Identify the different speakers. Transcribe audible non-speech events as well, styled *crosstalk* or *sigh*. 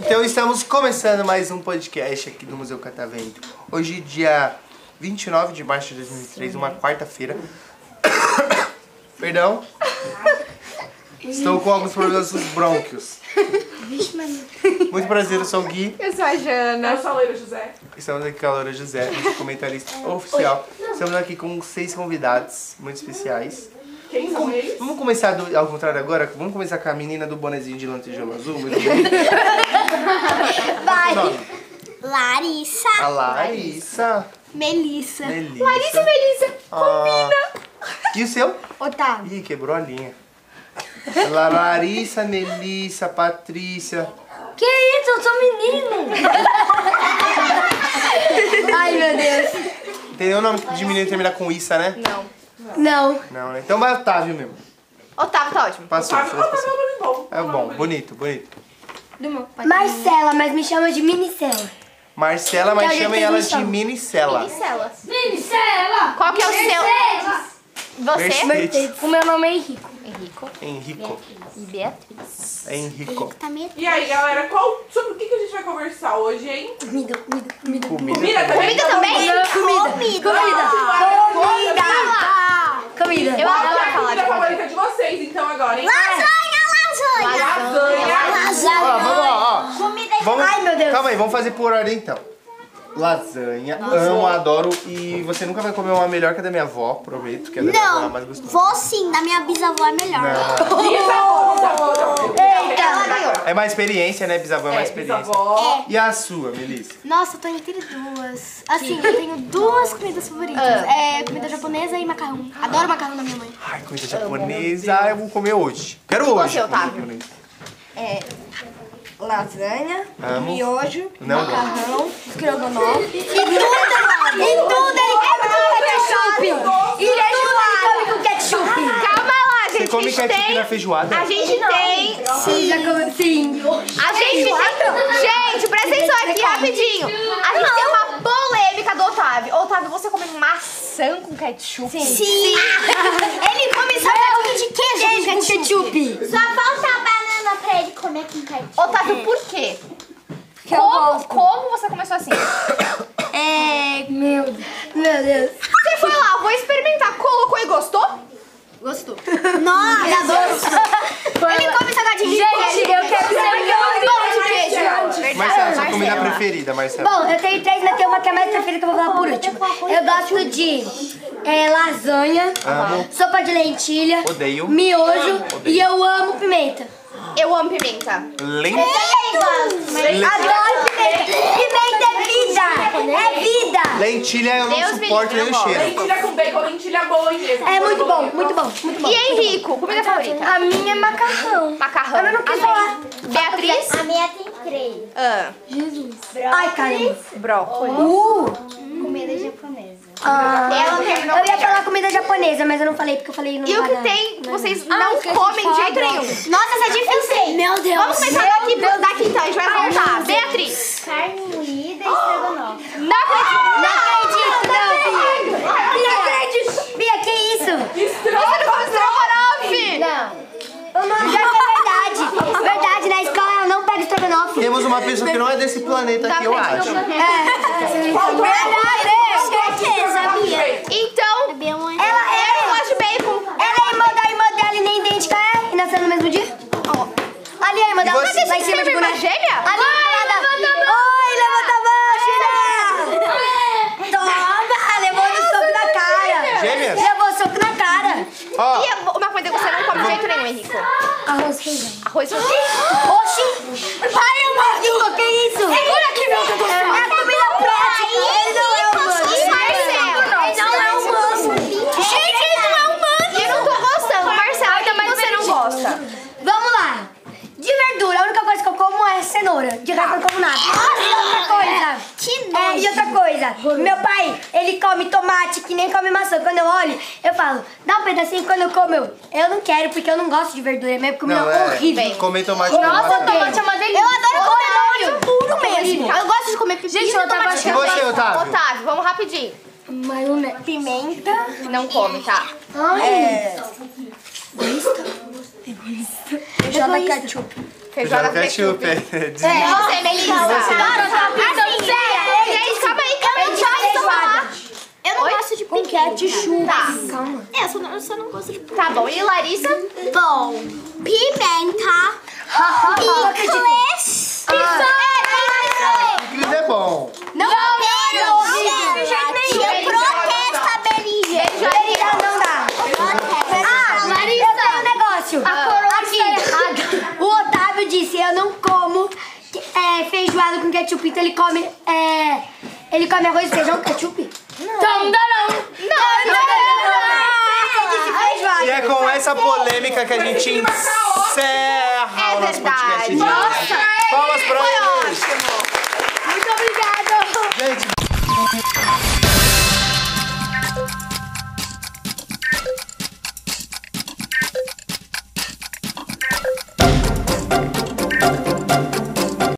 Speaker 1: Então estamos começando mais um podcast aqui do Museu Catavento. Hoje, dia 29 de março de 2003, uma quarta-feira. *coughs* Perdão. Estou com alguns problemas nos brônquios. Muito prazer, eu sou o Gui.
Speaker 2: Eu sou a Jana.
Speaker 1: Estamos aqui com a Laura José, nosso comentarista oficial. Estamos aqui com seis convidados muito especiais.
Speaker 3: Quem são eles?
Speaker 1: Vamos começar do, ao contrário agora? Vamos começar com a menina do bonezinho de lanterna azul? Muito bem.
Speaker 4: Vai.
Speaker 1: Nome?
Speaker 4: Larissa.
Speaker 1: A Larissa.
Speaker 4: Melissa.
Speaker 1: Melissa.
Speaker 2: Larissa e Melissa.
Speaker 1: Ah. E o seu?
Speaker 4: Otávio.
Speaker 1: Ih, quebrou a linha. La- Larissa, Melissa, Patrícia.
Speaker 4: Que isso? Eu sou menino. *laughs* Ai, meu Deus.
Speaker 1: Tem nenhum nome de menino que termina com Issa, né?
Speaker 2: Não.
Speaker 4: Não.
Speaker 1: Não, né? Então vai Otávio mesmo.
Speaker 2: Otávio tá ótimo.
Speaker 1: Passou.
Speaker 3: Sabe?
Speaker 1: você
Speaker 3: Ah, tá,
Speaker 1: passou.
Speaker 3: meu nome bom.
Speaker 1: É bom, bonito, bonito.
Speaker 4: Marcela, mas me chama de Minicela.
Speaker 1: Marcela,
Speaker 4: Então,
Speaker 1: mas
Speaker 4: gente,
Speaker 1: chamem
Speaker 4: vocês
Speaker 1: ela
Speaker 4: me
Speaker 1: de
Speaker 4: chamam.
Speaker 1: Minicela.
Speaker 2: Marcela. Qual que é o seu? Você?
Speaker 1: Mercedes.
Speaker 4: O meu nome é Henrico.
Speaker 2: Henrico.
Speaker 1: Henrico.
Speaker 2: E Beatriz.
Speaker 1: É Henrico.
Speaker 4: Tá meio...
Speaker 3: E aí, galera, qual, sobre o que que a gente vai conversar hoje, hein?
Speaker 4: Comida, comida, comida.
Speaker 1: Comida.
Speaker 3: Comida também?
Speaker 2: Comida também?
Speaker 4: Comida.
Speaker 3: Comida!
Speaker 4: Comida.
Speaker 2: Eu
Speaker 3: Qual que é a
Speaker 2: adoro falar
Speaker 3: comida
Speaker 2: de comida.
Speaker 3: favorita de vocês, então, agora, hein?
Speaker 2: É.
Speaker 4: Lasanha,
Speaker 3: Lasanha!
Speaker 1: Ó, vamos lá, ó.
Speaker 4: Comida.
Speaker 1: Vamos...
Speaker 4: Ai, meu Deus.
Speaker 1: Calma aí, vamos fazer por ordem então. Lasanha, amo, adoro e você nunca vai comer uma melhor que a da minha avó, prometo que a da minha avó é a mais gostosa.
Speaker 4: Vou sim, da minha bisavó é melhor.
Speaker 1: Não.
Speaker 3: E essa outra, outra, outra.
Speaker 1: É mais experiência, né? Bisavó é mais experiência.
Speaker 3: Bisavó.
Speaker 1: E a sua, Melissa?
Speaker 4: Nossa, eu tô entre duas. Assim, eu tenho duas comidas favoritas.
Speaker 2: Ah.
Speaker 4: É comida japonesa e macarrão. Adoro macarrão da minha mãe.
Speaker 1: Ai, comida japonesa, eu vou comer hoje. Quero hoje.
Speaker 2: você,
Speaker 1: comida
Speaker 2: Otávio? É,
Speaker 1: japonesa.
Speaker 5: lasanha,
Speaker 1: Amo.
Speaker 5: miojo,
Speaker 1: Não
Speaker 2: Ah,
Speaker 5: macarrão, estrogonofe.
Speaker 4: E tudo, e tudo ele come com ketchup. E tudo ele é come com ketchup.
Speaker 2: Calma lá, gente.
Speaker 1: Você come
Speaker 2: a gente
Speaker 1: ketchup na
Speaker 2: tem...
Speaker 1: feijoada?
Speaker 2: A gente tem...
Speaker 4: Ah, Sim, já come, sim.
Speaker 2: A gente tem... Gente, presta atenção aqui rapidinho. A gente tem uma polêmica do Otávio. Otávio, você come maçã com ketchup? Sim.
Speaker 4: Sim. Ele come só de queijo com ketchup. Só falta a banana pra ele comer com ketchup.
Speaker 2: Otávio, por quê?
Speaker 5: eu
Speaker 2: Como,
Speaker 5: gosto.
Speaker 2: como você começou assim?
Speaker 4: É, meu Deus. Meu Deus.
Speaker 2: Você foi lá, vou experimentar, colocou e gostou?
Speaker 4: Nossa,
Speaker 2: Ele come salgadinho de
Speaker 4: Gente, eu quero
Speaker 2: dizer que eu adoro um de queijo.
Speaker 1: Marcela, sua comida preferida, Marcela.
Speaker 4: Bom, eu tenho três, mas tem uma que é mais preferida que eu vou falar por último. Eu gosto de é, lasanha,
Speaker 1: Amo.
Speaker 4: sopa de lentilha,
Speaker 1: Odeio.
Speaker 4: miojo e eu amo pimenta.
Speaker 2: Eu amo pimenta.
Speaker 1: Lembra?
Speaker 2: É.
Speaker 4: Adoro pimenta. Pimenta é vida, é vida.
Speaker 1: Lentilha eu não
Speaker 2: Deus me
Speaker 1: suporto nem o
Speaker 2: livre, eu não
Speaker 1: cheiro.
Speaker 3: Lentilha com bacon, lentilha boa, hein, gente?
Speaker 4: É muito bom, muito bom, muito bom.
Speaker 2: E Henrico, comida favorita?
Speaker 4: A minha é macarrão.
Speaker 2: Macarrão.
Speaker 4: Eu não quis
Speaker 2: Amém.
Speaker 4: falar.
Speaker 2: Beatriz?
Speaker 6: A minha tem três.
Speaker 2: Ah,
Speaker 4: Ai, caramba.
Speaker 2: brócolis.
Speaker 4: Uh,
Speaker 6: Comida japonesa.
Speaker 4: ah,
Speaker 2: Ela terminou
Speaker 4: eu ia
Speaker 2: melhor.
Speaker 4: falar comida japonesa, mas eu não falei porque eu falei no
Speaker 2: E o que
Speaker 4: Maranhão.
Speaker 2: tem que vocês
Speaker 4: Ah,
Speaker 2: não comem de jeito nenhum?
Speaker 4: Nossa, essa é difícil. Meu Deus.
Speaker 2: Vamos começar daqui, daqui então, a gente vai voltar. Beatriz.
Speaker 6: Carne
Speaker 2: *gasps*
Speaker 6: moída e estrogonofe.
Speaker 2: Não acredito.
Speaker 4: Não acredito, não, Bia. Não acredito. Bia, que isso?
Speaker 2: Você não come estrogonofe.
Speaker 4: O nome já é verdade. Verdade, na escola eu não pego estrogonofe.
Speaker 1: Temos uma pessoa que não é
Speaker 2: Tá
Speaker 1: desse planeta aqui, eu acho.
Speaker 4: Verdade. Eu esqueci, sabia?
Speaker 2: Então,
Speaker 4: Ela
Speaker 2: eu
Speaker 4: é...
Speaker 2: gosto de bacon.
Speaker 4: Ela é irmã da irmã dela e nem idêntica é? E nasceu no mesmo dia? Ó. Ali é a irmã dela.
Speaker 1: você-
Speaker 4: Cadê
Speaker 2: Você é irmã gêmea?
Speaker 4: Ali levanta a mão. Oi, levanta a mão,
Speaker 2: É.
Speaker 4: filha. Toma, levou o soco na cara.
Speaker 1: Gêmeas?
Speaker 4: Levou o soco na cara.
Speaker 1: Ó,
Speaker 2: E uma coisa que você não come de jeito nenhum, Henrico?
Speaker 4: Arroz feijão.
Speaker 2: Arroz com
Speaker 4: Oxi. Ai, eu morri. Que isso? Segura aqui, meu Deus. É a comida prática. Ele não é humano.
Speaker 2: E Marcelo?
Speaker 4: Ele não é humano. Gente, ele não é humano.
Speaker 2: Eu não tô gostando, Marcelo, ainda mais
Speaker 4: é
Speaker 2: você não gosta.
Speaker 4: Vamos lá. De verdura, a única coisa Ah. que eu como é cenoura. De resto eu não como nada. Outra coisa.
Speaker 6: Que
Speaker 4: É, e outra coisa, meu pai, ele come tomate que nem come maçã. Quando eu olho, eu falo, dá um pedacinho quando eu como. Eu, eu não quero porque eu não gosto de verdura, é minha comida
Speaker 1: Não, é.
Speaker 4: horrível.
Speaker 1: Comer tomate com
Speaker 2: Nossa,
Speaker 1: maçã.
Speaker 2: tomate é uma delícia. Eu adoro comer tomate puro mesmo. Eu gosto de comer pepino. Gente, eu tava
Speaker 1: E você, Otávio?
Speaker 2: Otávio, vamos rapidinho.
Speaker 5: Maionese. Pimenta.
Speaker 2: Não come, tá?
Speaker 5: Joga ketchup.
Speaker 2: Feijoada
Speaker 1: Joga
Speaker 2: com
Speaker 1: ketchup.
Speaker 2: ketchup.
Speaker 1: É.
Speaker 2: E você, Melissa?
Speaker 6: Assim, sério.
Speaker 2: Gente, calma aí, calma aí, deixa eu falar.
Speaker 6: Eu não gosto de pimenta.
Speaker 2: Tá,
Speaker 6: É, eu só não, eu só não gosto de pimenta.
Speaker 2: tá bom. E Larissa?
Speaker 6: Bom, pimenta, picles...
Speaker 4: Ah,
Speaker 2: Pizza! É,
Speaker 1: Picles é bom.
Speaker 2: Não, não,
Speaker 6: Não dá, de jeito nenhum.
Speaker 2: Eu protesto
Speaker 6: a Belinha.
Speaker 2: Berinjela
Speaker 6: não dá.
Speaker 2: Ah,
Speaker 4: Um
Speaker 2: Larissa!
Speaker 4: negócio.
Speaker 2: A coroa aqui.
Speaker 4: O Otávio disse, eu não como é, feijoada com ketchup, então ele come. é, ele come arroz e feijão com ketchup?
Speaker 2: Não, não, não. Não, não,
Speaker 1: E é com essa polêmica que a gente encerra é o nosso podcast. de hoje.
Speaker 2: não. É Nossa!
Speaker 1: Palmas pra ele!